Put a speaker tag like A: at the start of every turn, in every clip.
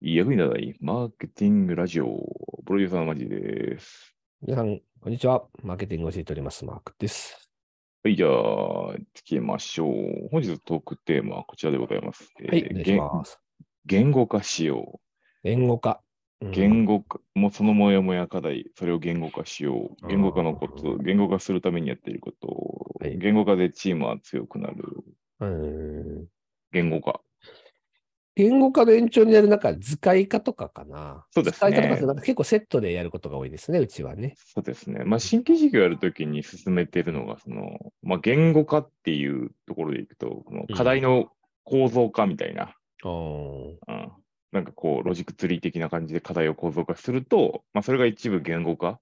A: 役に立たないマーケティングラジオ、プロデューサーのマジです。
B: 皆さん、こんにちは。マーケティングを教えております、マークです。
A: はい、じゃあ、つけましょう。本日のトークテーマはこちらでございます。
B: はい
A: え、ー
B: お願いし
A: 言
B: ます。
A: 言語化しよ
B: 言語化。うん
A: う。言語化、もうそのもやもや課題、それを言語化しよう。言語化のこと、言語化するためにやっていること、
B: はい
A: 言語化でチームは強くなる。
B: うん
A: 言語化。
B: 言語化の延長になる中、図解化とかかな。
A: そうですね
B: 図解化とかってなんか結構セットでやることが多いですね、うちはね。
A: そうですね。まあ、新規事業やるときに進めてるのが、その、まあ、言語化っていうところでいくと、この課題の構造化みたいな。
B: うん
A: うんなんかこう、ロジックツリー的な感じで課題を構造化すると、まあ、それが一部言語化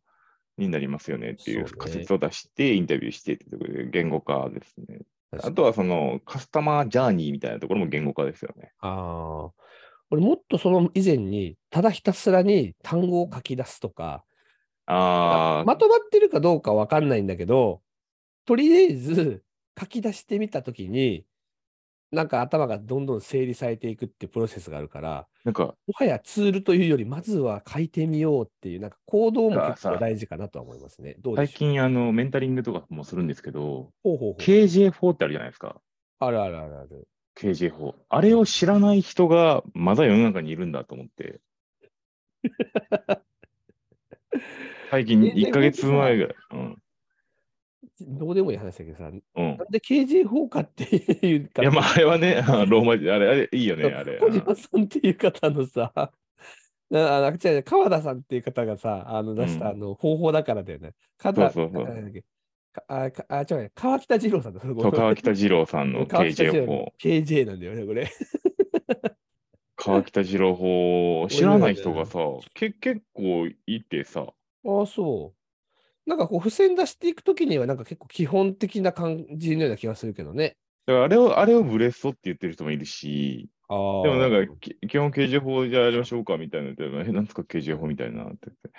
A: になりますよねっていう
B: そうね
A: 仮説を出して、インタビューしてってところで言語化ですね。あとはそのカスタマージャーニーみたいなところも言語化ですよね。
B: ああ。俺、もっとその以前に、ただひたすらに単語を書き出すとか、
A: あ
B: まとまってるかどうかわかんないんだけど、とりあえず書き出してみたときに、なんか頭がどんどん整理されていくっていうプロセスがあるから、
A: ー、なんか、
B: もはやツールというより、まずは書いてみようっていう、なんか行動も結
A: あ
B: 構
A: さ
B: 大事かなとは思いますね。どう
A: 最
B: でしょう
A: 近あの、メンタリングとかもするんですけど、
B: ほうほうほう
A: KJ4 ってあるじゃないですか。
B: あるあるあるある。
A: KJ4。あれを知らない人がまだ世の中にいるんだと思っ て。最近
B: えで
A: 1ヶ月前ぐらい。
B: どうでもいい話だけどさ、なん
A: うん。うん。
B: で KJ4 かっていうか、
A: いや、まあ、あれは ね、あのローマ字で、あれ、あれ、いいよね、あれ。
B: 小島さんっていう方のさ、 なああ違う違う川田さんっていう方がさ、あの出し
A: うん
B: たあの方法だからだよね。川
A: そう
B: 田
A: そうそう
B: なんだっけかあかあ違うね川北二郎さんだ。
A: そう川北二郎さんの
B: 川北二
A: KJ
B: 郎
A: 法
B: の。KJ なんだよね、これ。
A: 川北二郎法を知らない人がさ、け結構いてさ、
B: ああ、そう。なんかこう、付箋出していくときには、なんか結構基本的な感じのような気がするけどね。
A: だからあれを、あれをブレストって言ってる人もいるし、
B: あ
A: でもなんか、き基本 KJ 法じゃあやりましょうかみたいな言って。え、なんですか KJ 法みたいなって言っ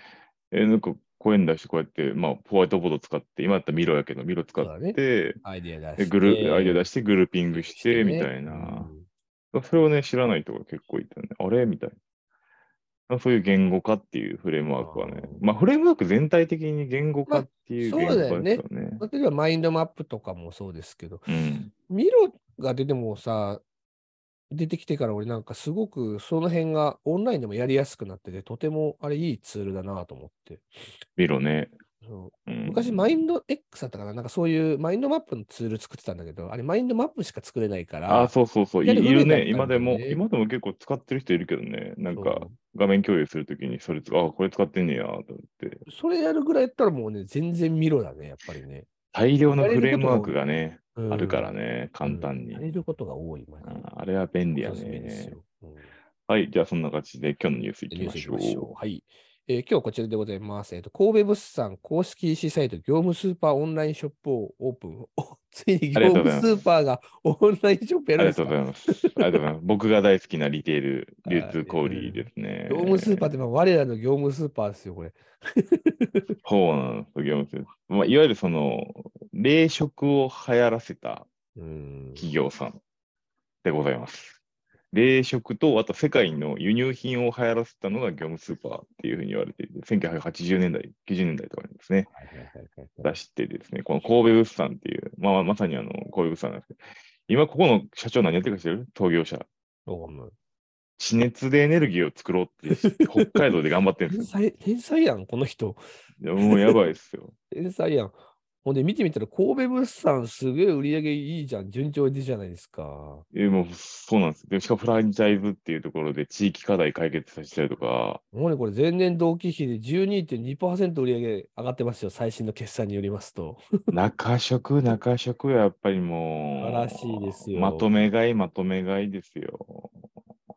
A: て。え、なんか声に出してこうやって、まあ、ホワイトボード使って、今だったらミロやけど、ミロ使
B: そう
A: っ
B: だね
A: て、
B: アイデア出
A: で
B: して。
A: グループアイデア出
B: し
A: してグルーピングして、みたいな。それをね、知らない人が結構いたね。あれみたいな。そういう言語化っていうフレームワークはね
B: あー。
A: まあ、フレームワーク全体的に言語化っていう
B: まあ
A: 言語化ですよね。
B: 例えば、マインドマップとかもそうですけど、
A: うん。
B: ミロが出てもさ、出てきてから俺なんかすごくその辺がオンラインでもやりやすくなってて、とてもあれいいツールだなと思って。
A: ミロね。
B: そ
A: う
B: う
A: ん、
B: 昔マインド X だったかななんかそういうマインドマップのツール作ってたんだけど、あれマインドマップしか作れないから。
A: あー、そうそうそう。いい
B: 左上
A: る
B: だったんだ
A: ね。
B: よね
A: 今でも、今でも結構使ってる人いるけどね。なんか、画面共有するときにそれ使う、あ、これ使ってんねや、と思って。
B: そうそれやるぐらいやったらもうね、全然ミロだね、やっぱりね。
A: 大量のフレームワークがね、
B: うん
A: あるから。ね、簡単に。
B: やれることが多い。マジで
A: ああれは便利や
B: おすすめです
A: ね。
B: ようん
A: はい、じゃあそんな感じで今日のニュースいき
B: ニュー
A: ま
B: スい
A: し
B: き
A: ょう
B: ま。しょう。はい。えー今日こちらでございます。えっ、と、神戸物産公式 EC サイト業務スーパーオンラインショップをオープン。おついに
A: あ
B: 業
A: りがとうご
B: 務
A: ざいます
B: スーパーがオンラインショップや
A: あ
B: る
A: りが
B: んで
A: と
B: す
A: うござい
B: か
A: ます。ありがとうございます。僕が大好きなリテール、流通小売ですね。
B: 業務スーパーって、まあ、我らの業務スーパーですよ、これ。
A: そうなんです業務スーパー。まあ、いわゆるその、冷食を流行らせた
B: うん。
A: 企業さんでございます。冷食と、あと世界の輸入品を流行らせたのが業務スーパーっていうふうに言われていて、1980年代、90年代とかにですね、
B: はいはいはいはい
A: 出してですね、この神戸物産っていう、まあ、まさにあの神戸物産なんですけど、今ここの社長何やってるか知ってる創業者。
B: どうも
A: 地熱でエネルギーを作ろうって し、北海道で頑張ってるんで
B: 天
A: す
B: 才、天才やん、この人。
A: よ。いやもうやばいですよ。
B: 天才やん。ほんで、見てみたら、神戸物産すげえ売り上げいいじゃん。順調でじゃないですか。
A: えもうそうなんです。でしかもフランチャイズっていうところで地域課題解決させたりとか、
B: もうね、これ前年同期比で12.2%売り上げ上がってますよ。最新の決算によりますと。
A: 中食、中食はやっぱりもう、
B: 素晴らしいですよ
A: まとめ買い、まとめ買いですよ。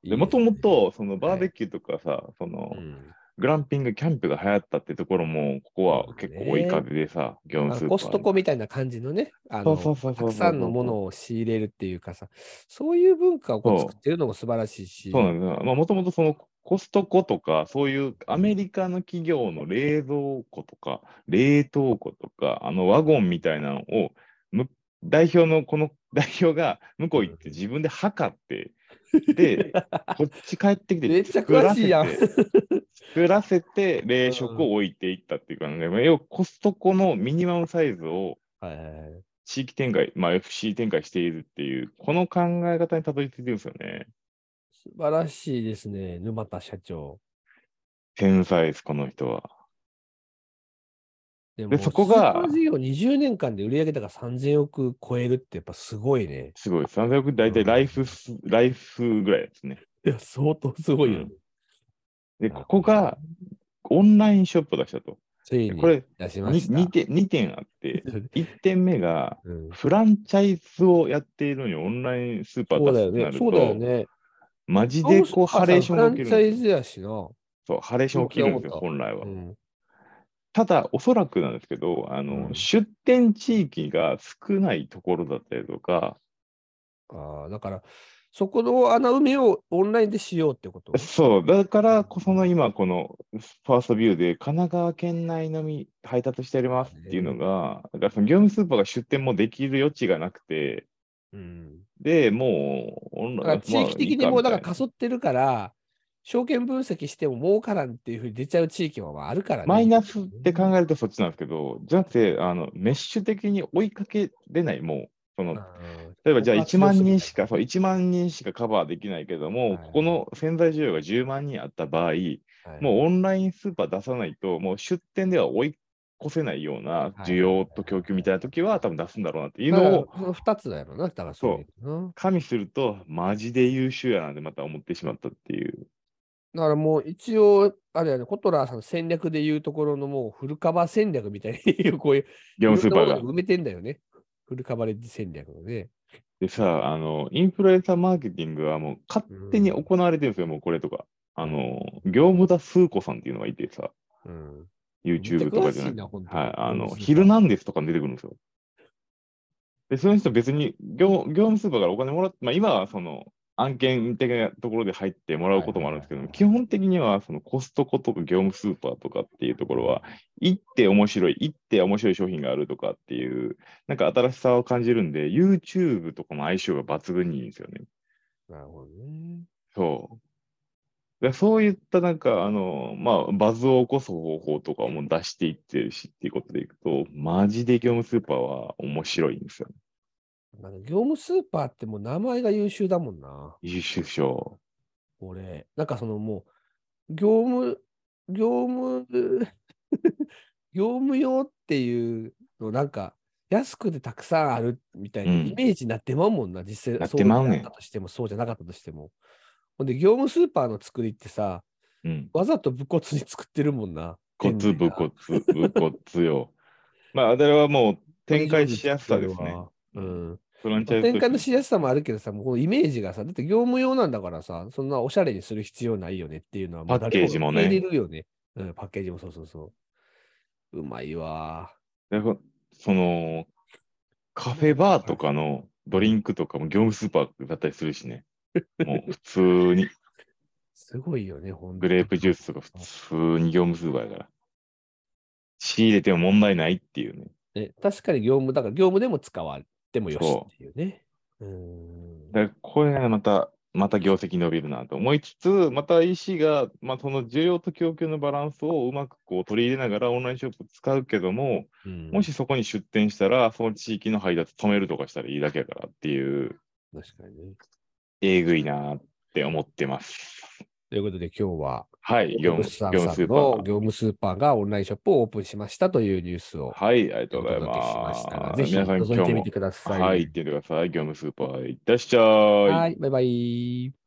A: で、
B: いい
A: も
B: です
A: と
B: ね
A: もと、そのバーベキューとかさ、その、
B: うん
A: グランピング、キャンプが流行ったってところも、ここは結構追い風でさ、業務ス
B: まあ
A: ーパーに。
B: コストコみたいな感じのね、あ
A: そ
B: の
A: うそうそう
B: た
A: そうそう
B: くさんのものを仕入れるっていうかさ、そういう文化をこう
A: そう
B: 作ってるのも素晴らしいし、
A: そうなんですよまあ、もともとそのコストコとか、そういうアメリカの企業の冷蔵庫とか、冷凍庫とか、あのワゴンみたいなの を、む代表の、この代表が向こう行って自分で測って、 で、こっち帰ってきて、
B: めっちゃ詳しいやん
A: 作らせて。作らせて、冷食を置いていったっていう感じで、まあ要はコストコのミニマムサイズを
B: はいはいはい。
A: 地域展開、まあ、FC 展開しているっていう、この考え方にたどり着いてるんですよね。
B: 素晴らしいですね、沼田社長。
A: 天才です、この人は。
B: で
A: そこが
B: スーパー事業20年間で売上高3000億超えるってやっぱすごいね。
A: すごいです。3 0億大体ライフス、ライフぐらいですね。
B: いや、相当すごいよ、ね
A: うんで、ここが、オンラインショップを出したと。
B: つい
A: で
B: に
A: これ
B: 出しました。
A: 2点、二点あって、1点 目が、
B: うん
A: フランチャイズをやっているのにオンラインスーパ
B: そう
A: ー
B: だ
A: 出
B: よ
A: すとなる
B: ね。そうだよ
A: と、
B: ね。
A: マジでこうハレーションが起きるん
B: フラン
A: で
B: チャイ
A: すよ。
B: ズやしな。
A: そう、ハレーション起きるんですよ、
B: そう
A: 本来は
B: う。ん。
A: ただ、おそらくなんですけど、あの、
B: うん
A: 出店地域が少ないところだったりとか、
B: ああ、だから、そこの穴埋めをオンラインでしようってこと。
A: そう、だからこその今、このファーストビューで、神奈川県内のみ配達しておりますっていうのが、だからその業務スーパーが出店もできる余地がなくて、
B: うん。
A: で、もう、オン
B: だか
A: ラ
B: ら
A: イン
B: 地域的にもうだから
A: まあ
B: か
A: いい
B: そってるから、証券分析しても儲からんっていうふうに出ちゃう地域はまああるからね。
A: マイナスって考えるとそっちなんですけど、じゃなくて、あのメッシュ的に追いかけれない、もう、その
B: うん
A: 例えばじゃあ
B: 爆発
A: 1万人しか、そう、1万人しかカバーできないけども、
B: はい
A: ここの潜在需要が10万人あった場合、
B: はい
A: もうオンラインスーパー出さないと、もう出店では追い越せないようない需要と供給みたいな時は、多分出すんだろうなっていう
B: だから
A: のを
B: その2つだよな、だからそういうの
A: 加味すると、マジで優秀やなってまた思ってしまったっていう。
B: な。だからもう一応、あれやね、コトラーさんの戦略でいうところのもうフルカバー戦略みたいに、こういう、
A: 業務スーパー
B: いろんなも
A: が
B: の。埋めてんだよね。フルカバレッジ戦略をね。
A: でさ、あの、インフルエンサーマーケティングはもう勝手に行われてるんですよ、もうこれとか。あの、業務田スー子さんっていうのがいてさ、
B: うん。
A: YouTube とかじゃなく
B: めっちゃ詳し
A: て
B: いな、本当に
A: はい、あの、
B: うん
A: ヒルナンデスとかに出てくるんですよ。で、その人別に業業務スーパーからお金もらって、まあ今はその案件的なところで入ってもらうこともあるんですけど
B: はい
A: も、
B: はい
A: 基本的にはそのコストコとか業務スーパーとかっていうところは、行って面白い、行って面白い商品があるとかっていう、なんか新しさを感じるんで、YouTube とかの相性が抜群にいいんですよね。
B: なるほどね。
A: そう。でそういったなんか、あの、まあ、バズを起こす方法とかも出していってるしっていうことでいくと、マジで業務スーパーは面白いんですよ、ね。
B: なんか業務スーパーってもう名前が優秀だもんな。
A: 優秀賞。
B: 俺。なんかそのもう、業務、業務、 業務用っていうの、なんか、安くてたくさんあるみたいな
A: うん
B: イメージになってまうもんな、実
A: な
B: 際
A: ってまう
B: そう
A: ねん
B: だったとしても、そうじゃなかったとしても。ほんで、業務スーパーの作りってさ、
A: うん。
B: わざと武骨に作ってるもんな。
A: コツ
B: 店内
A: ブ
B: が
A: コツ、ブコツよ。まあ、あれはもう展開しやすさですね。。
B: うん、
A: フランチャイズ
B: 展開の
A: として
B: しやすさもあるけどさ、もうこのイメージがさ、だって業務用なんだからさ、そんなおしゃれにする必要ないよねっていうのはう
A: パッケージもね
B: 誰が受け入れるよね、うん。パッケージもそうそうそう。うまいわ。
A: でほその、カフェバーとかのドリンクとかも業務スーパーだったりするしね。もう普通に、
B: すごいよね、ほんと
A: グレープジュースとか普通に業務スーパーやから。仕入れても問題ないっていうね。
B: ね。確かに業務、だから業務でも使われてもよし
A: そう
B: っていうね。うん
A: だからこれがまた、また業績伸びるなと思いつつ、また EC が、まあ、その需要と供給のバランスをうまくこう取り入れながらオンラインショップ使うけども、
B: うん
A: もしそこに出店したら、その地域の配達止めるとかしたらいいだけやからっていう、
B: 確かにね。
A: えぐいなって思ってます。
B: ということで今日は、
A: はい、業務
B: ブッサ
A: 業務
B: ンさ
A: ス
B: ん
A: ーパ
B: の
A: ー。
B: 業務スーパーがオンラインショップをオープンしましたというニュースを
A: はい、ありがと
B: お
A: うござい
B: 届けしま
A: ま
B: したが、
A: す。
B: ぜひ
A: 皆さん、今
B: 覗い
A: 日
B: てみ
A: も
B: て、ください。
A: はい、行ってみてください。業務スーパー、いってらっしゃい。
B: はい、バイバイ。